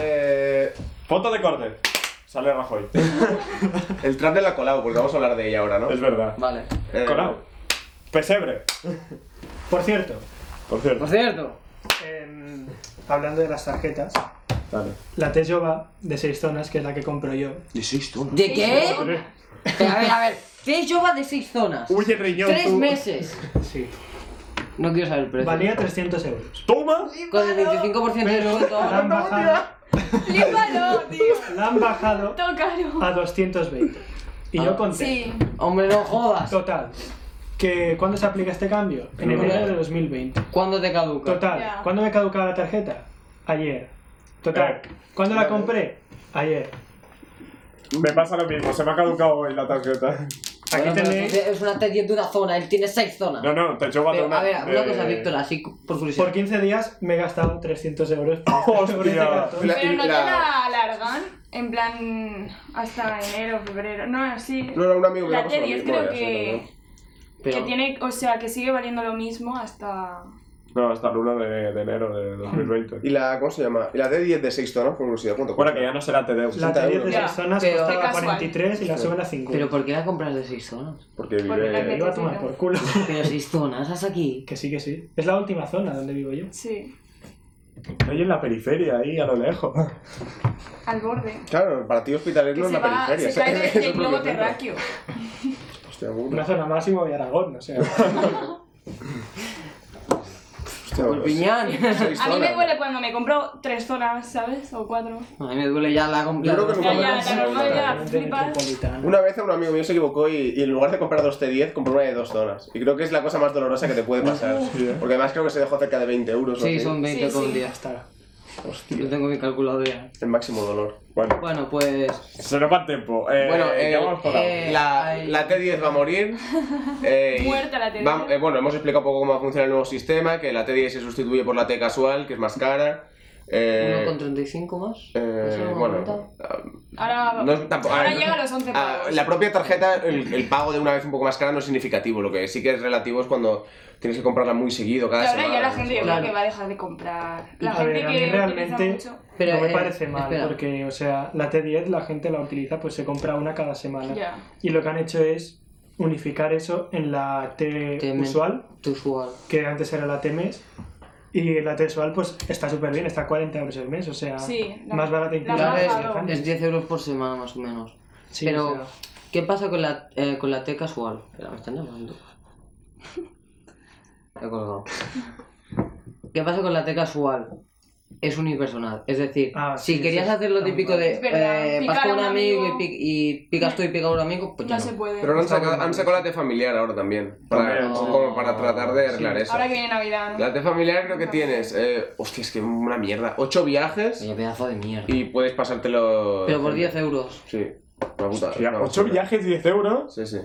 Eh, Foto de corte. Sale Rajoy. el trap de la Colau, porque vamos a hablar de ella ahora, ¿no? Es verdad. Vale. Eh, Colau. Pesebre. Por cierto, Por Por cierto. cierto, em, hablando de las tarjetas, Dale. la T-Jova de 6 zonas, que es la que compro yo, De seis tonos. ¿de qué? A ver, a ver. Seis yobas de seis zonas. Huye riñón. Tres tú. meses. sí, No quiero saber el precio. valía 300 euros. Toma. Con el 25% de Pero descuento la han ahora. bajado, Límpalo, tío. la han bajado Tócalo. a 220. Y Ah, yo conté. Sí. Hombre, no jodas. Total. Que, ¿Cuándo se aplica este cambio? En En enero enero. de 2020. ¿Cuándo te caduca? Total. Ya. ¿Cuándo me caducaba la tarjeta? Ayer. Total. Eh. ¿Cuándo la compré? Ayer. Me pasa lo mismo. Se me ha caducado hoy la tarjeta. Aquí Bueno, pero tenéis. entonces es una T10 de una zona, él tiene seis zonas. No, Eh, no, te he chocado Pero, una. a ver, de- una cosa, Víctor, así por curiosidad. Por 15 días me he gastado 300 euros. por este Hostia. cartón. La- Pero no te la- la alargan. En plan. Hasta enero, febrero. No, sí. No, era un amigo que La le pasó lo T10 mismo, creo era así, que. Pero- Que tiene. O sea, que sigue valiendo lo mismo hasta. No, hasta el 1 de, de enero de ¿Y 2020. la, cómo se llama? ¿Y la de 10 de 6 tonos, por curiosidad? ¿Cuánto Bueno, cuesta? que ya no será TDU. La 60 taller de euros. Ya. esas zonas Pero- costaba Qué casual. 43 y la suben a 50. ¿Pero por qué la compras de seis zonas? Porque Porque la Me vive... gente- iba a tomar por culo. Pero seis zonas, haz aquí. que sí, que sí. Es la última zona donde vivo yo. Sí. Ahí en la periferia, ahí a lo lejos. Al borde. Claro, para ti hospitalet Que no es se, la va, periferia. se cae ¿sabes? del, Es del el propio globo centro. terráqueo. Hostia, puta. Una zona máxima de Aragón, o sea. Hostia, pues, Piñán. seis A mí me zonas. duele cuando me compro tres zonas, ¿sabes? O cuatro. A mí me duele ya la compra. Yo creo que Ya, nunca me ya, lo la he normal comprado. ya. Realmente flipas. metropolitana. Una vez a un amigo mío se equivocó y, y en lugar de comprar dos T10, compró una de dos zonas. Y creo que es la cosa más dolorosa que te puede pasar. Porque además creo que se dejó cerca de 20 euros. o Sí, así. son 20 Sí, todo el sí. día. Hasta- Yo tengo mi calculadora. El máximo dolor. Bueno, Bueno, pues. se nos va el tiempo. Eh, Bueno, ¿qué eh, vamos por ahí? eh, La, hay- la T10 va a morir. eh, y Muerta la T10. va- eh, bueno, hemos explicado un poco cómo funciona el nuevo sistema, que la T10 se sustituye por la T casual, que es más cara. Eh, 1,35 más. eh, ¿Eso no aumenta? bueno, Ahora, No es- tampoco- ahora ah, no- llega a los 11 ah, pavos. la propia tarjeta, el, el pago de una vez un poco más cara no es significativo. Lo que sí que es relativo es cuando tienes que comprarla muy seguido Y cada ahora semana. ya la gente yo creo Claro. que va a dejar de comprar. La A gente ver, a que mí utiliza realmente- mucho. Pero, no me eh, parece mal, espera. porque, o sea, la T10 la gente la utiliza, pues se compra una cada semana. Ya. Y lo que han hecho es unificar eso en la T T men- usual, Tu usual. que antes era la T mes. Y la T usual, pues está súper bien, está a 40 euros el mes, o sea, Sí, la- más barata La incluso. Claro, han que es, las bajado. es grandes. 10 euros por semana más o menos. Sí, Pero, o sea, ¿qué pasa con la, eh, con la T casual? Espera, me están llamando. He colgado. ¿Qué pasa con la T casual? Es unipersonal. Es decir, Ah, si sí, querías sí, hacer lo está típico mal. de Es verdad, eh, vas picar con a un un amigo, amigo. y, pic- y picas tú y pica un amigo, pues ya No no. se puede. Pero no han sacado, han sacado la T familiar ahora también. Para, También. como para tratar de arreglar eso. Ahora que viene Navidad. ¿no? La T familiar creo que tienes. Eh, hostia, es que una mierda. 8 viajes Oye, pedazo de mierda. y puedes pasártelo. Pero por eh. 10 euros. Sí. Una puta. Hostia, una ocho basura. viajes, 10 euros. Sí, sí.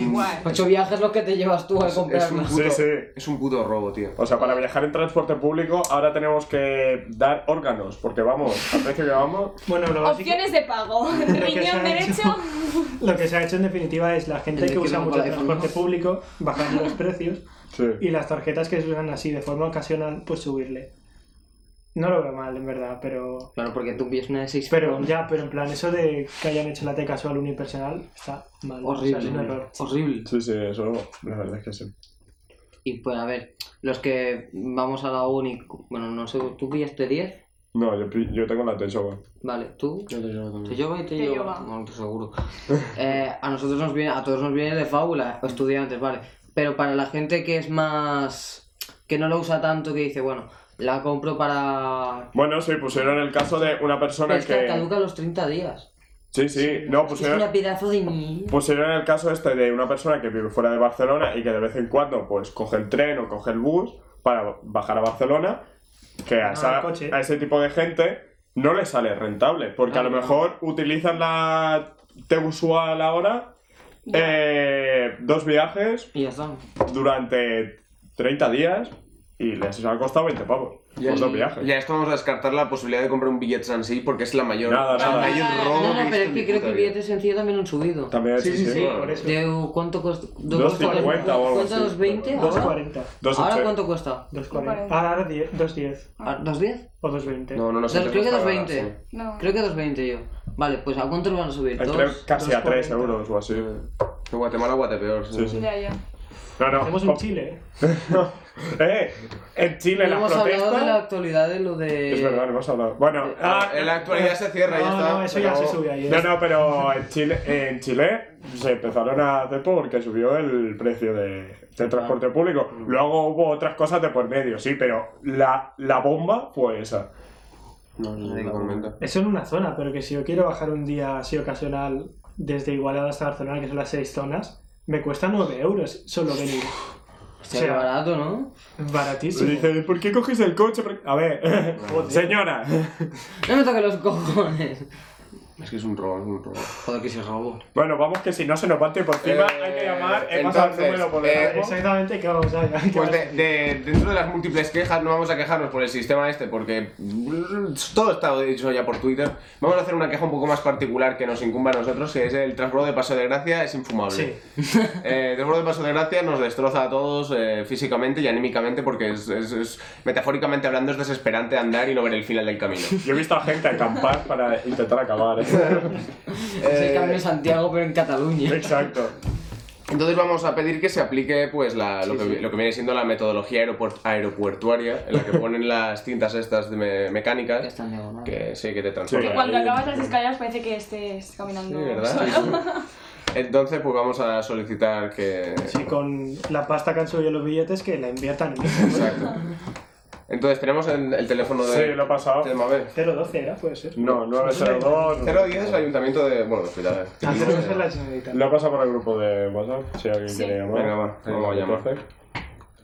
Igual. 8 viajes los que te llevas tú al Es un, comprarla. puto, Sí, sí. es un puto robo, tío. O sea, para viajar en transporte público ahora tenemos que dar órganos, porque vamos, al precio que vamos, bueno, lo básico- Opciones de pago. que se Riñón ha hecho. derecho. lo que se ha hecho en definitiva es la gente El que que usa no mucho cola de fondo. transporte público bajar los precios sí. y las tarjetas que se usan así de forma ocasional, pues subirle. No lo veo mal, en verdad, pero Claro, porque tú pillas una de 6 Pero ya, pero en plan, eso de que hayan hecho la T E casual unipersonal está mal. O sea, es un Horrible. eh, error. Horrible. Sí, sí, eso la verdad es que sí. Y pues a ver, los que vamos a la uni, bueno, no sé, ¿tú pillaste 10? No, yo, pi- yo tengo la T-Showa. Vale, ¿tú? Te Yo lleva y te Te lleva. lleva. Bueno, te seguro. Eh, a nosotros nos viene, a todos nos viene de fábula, estudiantes, vale. Pero para la gente que es más, que no lo usa tanto, que dice, bueno, la compro para... Bueno, sí, pusieron el caso de una persona Es que que... caduca los 30 días. Sí, sí, no, pues Es una pusieron... pedazo de mierda. Pusieron el caso este de una persona que vive fuera de Barcelona y que de vez en cuando pues coge el tren o coge el bus para bajar a Barcelona, que a, Ah, esa- el coche. a ese tipo de gente no le sale rentable, porque Ah, a lo no. mejor utilizan la T usual ahora, Ya. eh, dos viajes Y ya está. durante 30 días y les ha costado 20 pavos. Ya. Por dos viajes. Ya esto vamos a descartar la posibilidad de comprar un billete en sí porque es la mayor. Nada, nada. el mayor robo No, he no, visto en pero es mi que creo puta que el vida. billete sencillo también han subido. También Sí, sí, sí, bueno. por eso. De, ¿Cuánto cuesta? 2,50 o algo así. ¿Cuánto? ¿2,20? ahora? 2.40. Dos ¿Ahora ocho- cuánto cuesta? 2.40. Ah, Ahora 10, 2.10 ¿A- ¿2,10? o 2.20. No, no, no sé. Creo que cuesta nada, 2,20. sí. No. Creo que 2,20 yo. Vale, pues ¿a cuánto lo van a subir? Entre ¿Dos? casi a 3 2,40. euros o así. De Guatemala a Guatepeor. Sí, sí. Ya, ya. No, no. Hacemos un Chile. eh, en Chile No las hemos hablado de la protestas. actualidad de lo Eh, de... Es verdad, no hemos hablado. Bueno, ah, En la actualidad se cierra, ya No, está. no, eso ya se acabó. sube ¿eh? ayer. No, no, pero en Chile, en Chile se empezaron a hacer porque subió el precio de, del Ah. transporte público. Mm. Luego hubo otras cosas de por medio, sí, pero la, la bomba fue esa. No, no, no, comenta. Eso en una zona, pero que si yo quiero bajar un día así ocasional desde Igualada hasta Barcelona, que son las seis zonas, me cuesta 9 euros solo venir. Hostia, O sea, qué barato, ¿no? Y Baratísimo. dice, ¿por qué cogís el coche? ¿Por qué-?" A ver, señora. No me toques los cojones. Es que es un robo, es un robo. Joder, que se robo. Bueno, vamos que si no se nos parte por encima, Eh, hay que llamar, hemos dado el entonces, número por eh, algo. Exactamente, ¿qué vamos a hacer? Pues de, de- dentro de las múltiples quejas no vamos a quejarnos por el sistema este, porque mm, todo está dicho ya por Twitter. Vamos a hacer una queja un poco más particular que nos incumba a nosotros, que es el transbordo de Paso de Gracia es infumable. Sí. Eh, el transbordo de Paso de Gracia nos destroza a todos eh, físicamente y anímicamente porque es, es- es- metafóricamente hablando es desesperante andar y no ver el final del camino. Yo he visto a gente acampar para intentar acabar. ¿eh? Es el Eh, Camino de Santiago, pero en Cataluña. Exacto. Entonces vamos a pedir que se aplique pues la, lo, que, lo que viene siendo la metodología aeropuer- aeropuertuaria, en la que ponen las cintas estas de me- Que mecánicas, están de goma. que sí, que te Sí. transportan. Que cuando ahí- acabas las escaleras parece que estés caminando. Sí, ¿verdad? Entonces, pues vamos a solicitar que. Sí, con la pasta que han subido los billetes, que la inviertan en eso. Exacto. Entonces, tenemos el, el teléfono de. Sí, lo he pasado. de Mabel. 012 era, puede ser. No, 902. 010 es el ayuntamiento de. eh. Bueno, hospital. Antes de ser la señorita. Lo he pasado por el grupo de WhatsApp, si alguien Sí. quiere llamar. Venga, va, vamos a llamar.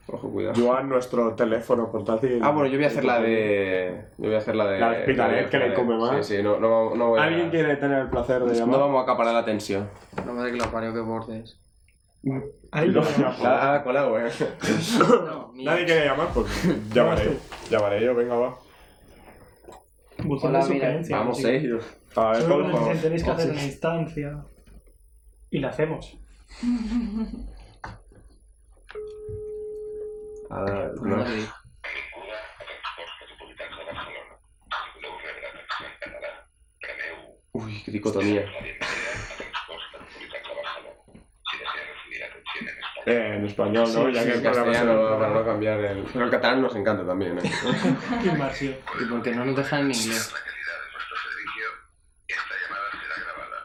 Ojo, cuidado. Joan, nuestro teléfono portátil. Ah, bueno, yo voy a hacer la de. Yo voy a hacer la de. La de Hospitalet, que le come más. Sí, sí, no, no, no voy a. ¿Alguien quiere tener el placer de llamar? No vamos a acaparar la tensión. No me que la parió que bordes. Ahí pues, No, lo veo. Ah, ah, colado, eh. No, mía. Nadie quiere llamar, pues llamaré. llamaré yo, venga, va. Buscando Hola, su mira. creencia, Vamos, sí. eh. A ver, Solo por nos favor. dicen, tenéis que hacer una instancia. Y la hacemos. Ah, no. Madrid. Uy, qué dicotomía. Eh, en español, ¿no? Ya que el programa es en castellano va para español. no cambiar el. Pero el catalán nos encanta también, eh. Inversión. ¿Y por qué no nos dejan en inglés?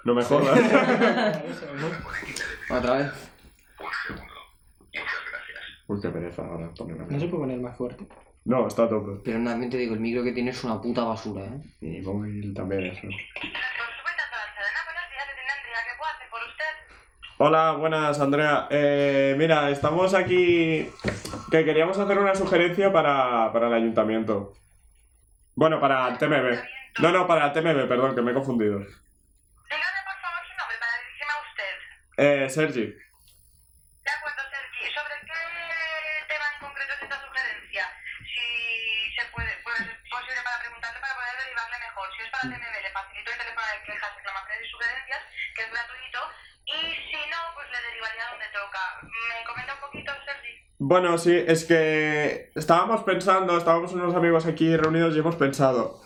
No me jodas. Otra vez. Uy, qué pereza ahora poner No la- se puede poner más fuerte. No, está a tope. Pero también te digo, el micro que tienes es una puta basura, ¿eh? Y móvil también, eso. Ah, Hola, buenas, Andrea. Eh, mira, estamos aquí que queríamos hacer una sugerencia para, para el ayuntamiento. Bueno, para el TMB. No, no, para el TMB, perdón, que me he confundido. Dígame por favor su nombre para dirigirme a usted. Eh, Sergi, De acuerdo, Sergi. ¿Sobre qué tema en concreto es esta sugerencia? Si se puede, pues es posible para preguntarle para poder derivarle mejor. Si es para TMB, le facilito el teléfono de quejas, reclamaciones y sugerencias, que es gratuito. Y si no, pues le derivaría donde toca. ¿Me comenta un poquito, Sergi? Bueno, sí, es que estábamos pensando, estábamos unos amigos aquí reunidos y hemos pensado.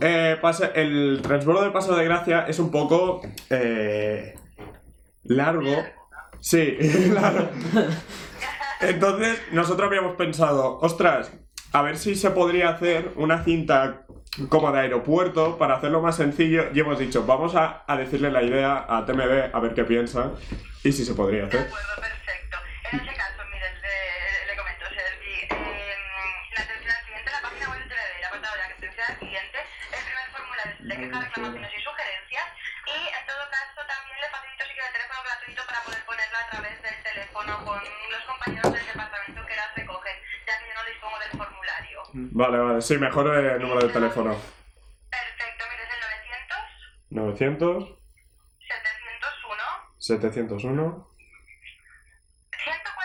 eh, pase- el transbordo de Paso de Gracia es un poco. eh, largo. Sí, largo. Entonces, nosotros habíamos pensado, ostras, a ver si se podría hacer una cinta como de aeropuerto para hacerlo más sencillo. Y hemos dicho, vamos a, a decirle la idea a TMB a ver qué piensa y si se podría De hacer. acuerdo, perfecto. En ese caso, miren, le, le comento, Sergi, eh, la atención al cliente, la página web de la apartado de atención al cliente, el primer formulario de quejas, reclamaciones y sugerencias, y en todo caso también le facilito si quiere el teléfono gratuito para poder ponerlo a través del teléfono con los compañeros del departamento que las recogen, ya que yo no dispongo del formulario. Vale, vale, sí, mejor el número de teléfono. Perfecto, mire, es el 900, 900 701 701, 149.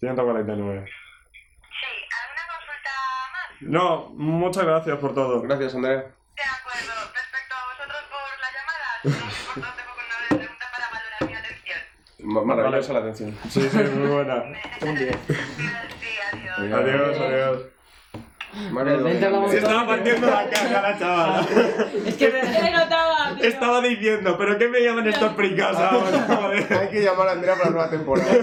149. Sí, ¿alguna No, muchas gracias por todo. Gracias, Andrea. De acuerdo. Respecto a vosotros por la llamada, no os importa con una pregunta para valorar mi atención. Ma- Maravillosa la atención. Sí, sí, muy buena. Un 10. Merci, adiós. Adiós, adiós. Mario, Vente a la Se ¿dónde- estaba partiendo la caja la chavala. Es que Se le notaba. tío. Estaba diciendo, ¿pero qué me llaman estos pringados ahora? Joder. Hay que llamar a Andrea para la nueva temporada.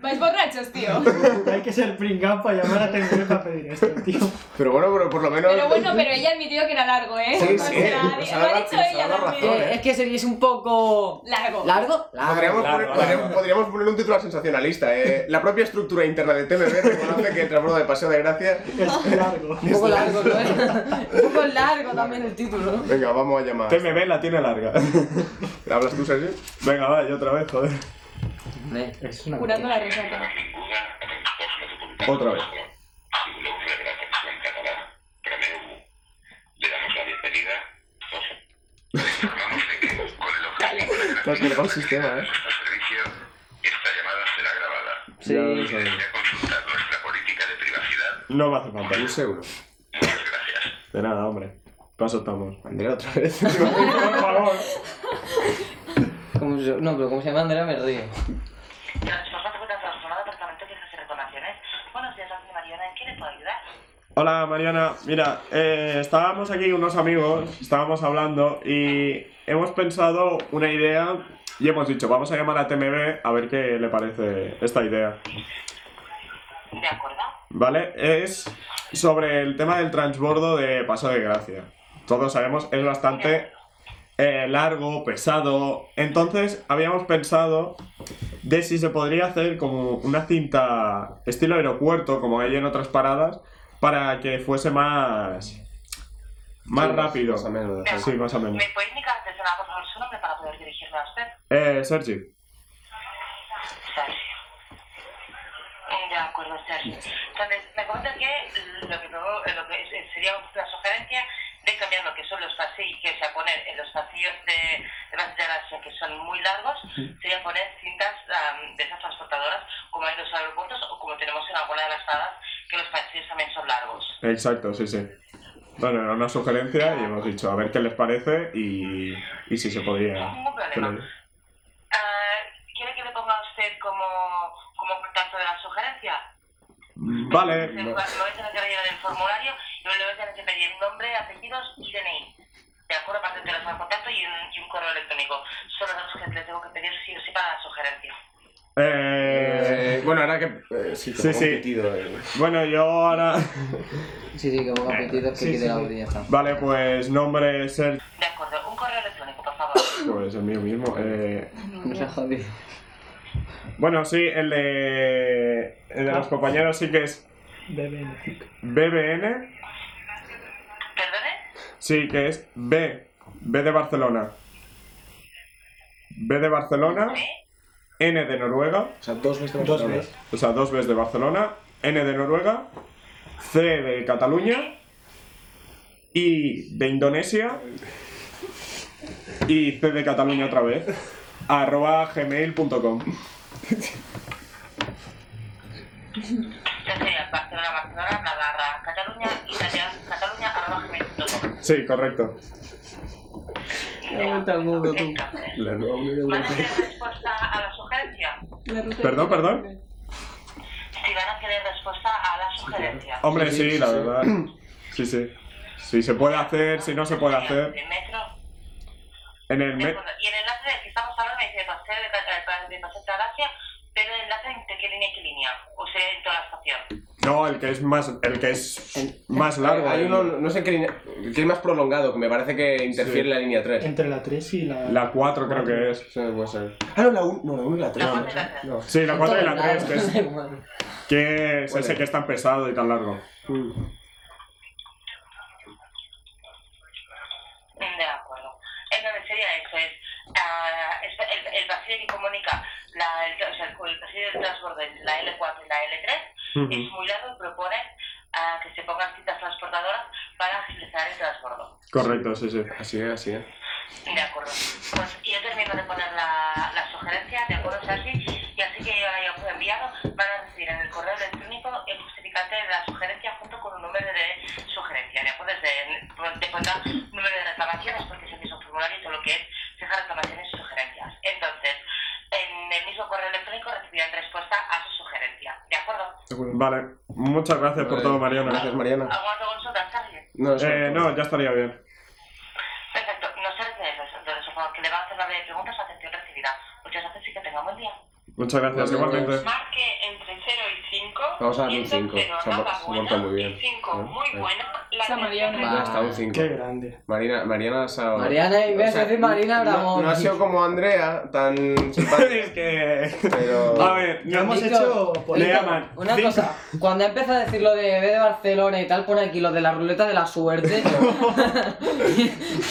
Vais borrachos, tío. Hay que ser pringado para llamar a Tenerife para pedir esto, tío. Pero bueno, pero por lo menos. Pero bueno, pero ella admitió que era largo, ¿eh? Sí, O sí, Pues sea, nos ha lo dado- ha dicho nos ha ella dado también. razón, Eh, es que sería un poco. Largo. ¿Largo? Largo. Podríamos, Claro, poner, claro. podríamos- podríamos poner un título sensacionalista. eh. La propia estructura interna de TMB reconoce que el transbordo de Paseo de Gracia. Es largo. Un poco largo, ¿no? un poco largo también el título, ¿no? Venga, vamos a llamar. TMB Este la tiene larga. ¿Hablas tú, Sergio? Venga, va, yo otra vez, joder. Es una Curando la resaca. Otra vez. Claro, que le va el sistema, eh. Sí. Ya lo sabía. No me hace falta. Un seguro. De nada, hombre. Paso estamos. Andrea, otra vez. Por favor. ¿Cómo se- No, pero como se llama Andrea me río. Transporte de Transformado, Departamento de Quejas y Reclamaciones. Buenos días, Ángel Mariana. ¿En qué le puedo ayudar? Hola Mariana, mira, eh, estábamos aquí unos amigos, estábamos hablando y hemos pensado una idea y hemos dicho, vamos a llamar a TMB a ver qué le parece esta idea, ¿De acuerdo? ¿vale? Es sobre el tema del transbordo de Paso de Gracia. Todos sabemos, es bastante eh, largo, pesado, entonces habíamos pensado de si se podría hacer como una cinta estilo aeropuerto, como hay en otras paradas, para que fuese más... Más rápido. Más o menos. Sí, más o menos. ¿Me puede indicar desde una por favor su nombre para poder dirigirme a usted? Eh, Sergi. Sergio. Eh, De acuerdo, Sergio. Entonces, me comenta que lo que, provo- eh, lo que es- eh, sería una sugerencia de cambiar lo que son los pasillos, que o sea, poner en los pasillos de, de las galaxias que son muy largos, sería poner cintas am, de esas transportadoras como hay en los aeropuertos o como tenemos en alguna de las paradas, que los pasillos también son largos. Exacto, sí, sí. Bueno, era una sugerencia y hemos dicho a ver qué les parece y, y si se podría. Ningún problema. Pero- Ah, ¿Quiere que le ponga a usted como, como contacto de la sugerencia? Vale, Lo voy a tener que rellenar el formulario y luego le voy a tener que pedir nombre, apellidos y DNI. De acuerdo, aparte de teléfono de contacto y un, y un correo electrónico. Son los datos que les tengo que pedir sí o sí para la sugerencia. eh, Eh, bueno, ahora que. eh, sí, Sí, sí, sí. bueno, yo ahora. Sí, sí, que poco apetito es que Sí, quede sí, la sí. botella. está. Vale, pues nombre Sergi. De acuerdo, un correo electrónico, por favor. Pues el mío mismo. eh, No se ha jodido. bueno, sí, el de, el de los compañeros sí que es Beben. BBN. ¿Perdone? Sí, que es B. B de Barcelona. B de Barcelona. N de Noruega. O sea, dos veces. Dos veces. O sea, dos veces de Barcelona, N de Noruega, C de Cataluña, I de Indonesia y C de Cataluña otra vez. arroba gmail.com. Ya sería Barcelona, Barcelona, Navarra, Cataluña, Italia, Cataluña, arroba gmail.com. Sí, correcto. Me gusta el mundo, tú. Entonces, La nueva Unión ¿van a Europea. tener respuesta a la sugerencia? Perdón, perdón. Si van a tener respuesta a la sugerencia. Hombre, Sí, sí, sí, la sí. verdad. Sí, sí. Si se puede hacer, si no se puede hacer. El metro, En el De me- acuerdo. Y el enlace del que estamos hablando me dice paseo de, Ca- eh, pa- de paseo de Galaxia, pero el enlace entre qué línea y qué línea. O sea, en toda la estación. No, el que es más, el que es más largo. Hay el- uno, no sé qué línea- que es más prolongado, que me parece que interfiere Sí. la línea 3. Entre la 3 y la. La 4 creo que es. Sí, puede ser. Ah, no, la 1 no, la uno y la 3. La cuatro y la tres. Sí, la 4 y la 3, que es Bueno, que es ese Puede. que es tan pesado y tan largo. Mm, De acuerdo. Entonces sería esto, es, ah, es el, el pasillo que comunica la, el, o sea, el, el pasillo del transborde, entre la L4 y la L3, es muy largo y propone ah, que se pongan citas transportadoras para agilizar el transbordo. Correcto, sí, sí. Así es, así es. De acuerdo. Pues yo termino de poner la, la sugerencia, de acuerdo, Sergi, y así que yo la haya enviado, van a recibir en el correo electrónico el justificante de la sugerencia junto con un número de eh, de cuenta número de reclamaciones, porque es el mismo formulario y todo lo que es fijar reclamaciones y sugerencias. Entonces, en el mismo correo electrónico recibirán respuesta a su sugerencia. ¿De acuerdo? Vale, muchas gracias por todo, Mariana. Gracias, Mariana. ¿Alguna otra consulta, Charlie? No, Ah, eso Eh, es todo. no, ya estaría bien. Perfecto. No se recibe los, los, los que le van a hacer la de preguntas, atención recibida. Muchas gracias y que tenga un buen día. Muchas gracias, Gracias. igualmente. Marque entre 0 y 5. Pues Vamos a darle un cinco. Se ha por- se ha portado muy bien. ¿Eh? Ahí. buena. Esa Mariana. Ya está un 5. Qué grande. Marina, Mariana ha sido- Mariana, en vez de decir Marina, no, Abramovic. no ha sido como Andrea, tan simpática, es que. pero... A ver, No hemos Nico, hecho Le política. llaman. Una cinco- cosa, cuando empieza a decir lo de B de Barcelona y tal, pone aquí lo de la ruleta de la suerte y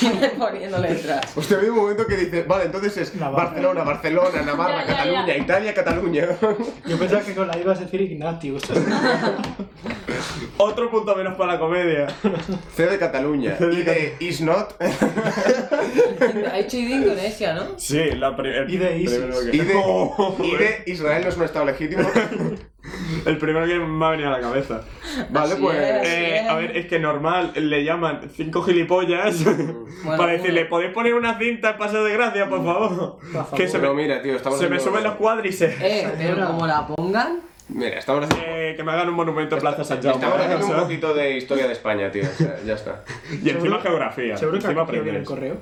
y poniendo letras. Usted ve un momento que dice, vale, entonces es Navarra. Barcelona, Barcelona, Navarra, Ya, ya, Cataluña, ya. Italia, Cataluña. Yo pensaba que con la ibas a decir Ignatius. Otro punto menos para la comedia. C de Cataluña. C de y de is not. Ha hecho ID Indonesia, ¿no? Sí, la primera. Y de Isis. y, de, Oh, y de Israel no es un estado legítimo. El primero que me ha venido a la cabeza. Vale, Así pues... es. Eh, Bien. a ver, es que normal, le llaman cinco gilipollas para decirle, uno. ¿podéis poner una cinta en paseo de gracia, por favor? favor. Que eh, se Pero me, mira, tío, estamos se me haciendo- suben los cuádriceps. Eh, pero como la pongan, Mira, estamos haciendo... Eh, que me hagan un monumento en Plaza San Jaume. Estamos ¿eh? O haciendo un sea, poquito de historia de España, tío. O sea, ya está. y encima Seguro- geografía. Seguro que encima acabo de abrir el aprendes. correo.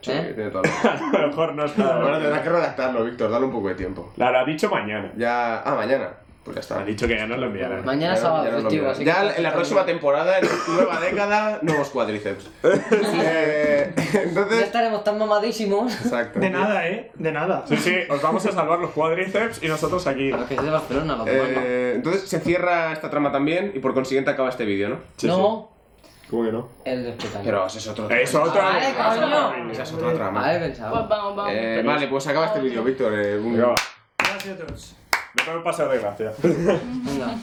Sí, ¿Eh? tiene toda la... A lo mejor no Ahora está. tendrás que redactarlo, Víctor, dale un poco de tiempo. La habrá dicho mañana. Ya. Ah, mañana. Pues ya está. Ha dicho que ya nos lo enviarán. mañana Ya- sábado ya nos lo festivo. enviarán. así Ya que- pues, en la próxima temporada, en nueva década, nuevos cuádriceps. Eh, No entonces. pues, estaremos tan mamadísimos. Exacto. De nada, ¿eh? De nada. Sí, sí, os vamos a salvar los cuádriceps y nosotros aquí. Pero que es de Barcelona, lo demás Eh, entonces se cierra esta trama también y por consiguiente acaba este vídeo, ¿no? Sí, no. sí. ¿Cómo que no? El de hospital. Pero ese es otro. Eso, otra Vale, vez. coño. Esa es otra trama. Vale, pensaba. Pues vamos, vamos. Eh, vale, pues acaba este vídeo, Víctor. eh, un- Venga, va. Gracias a todos. Me tengo un paseo de gracia. Venga.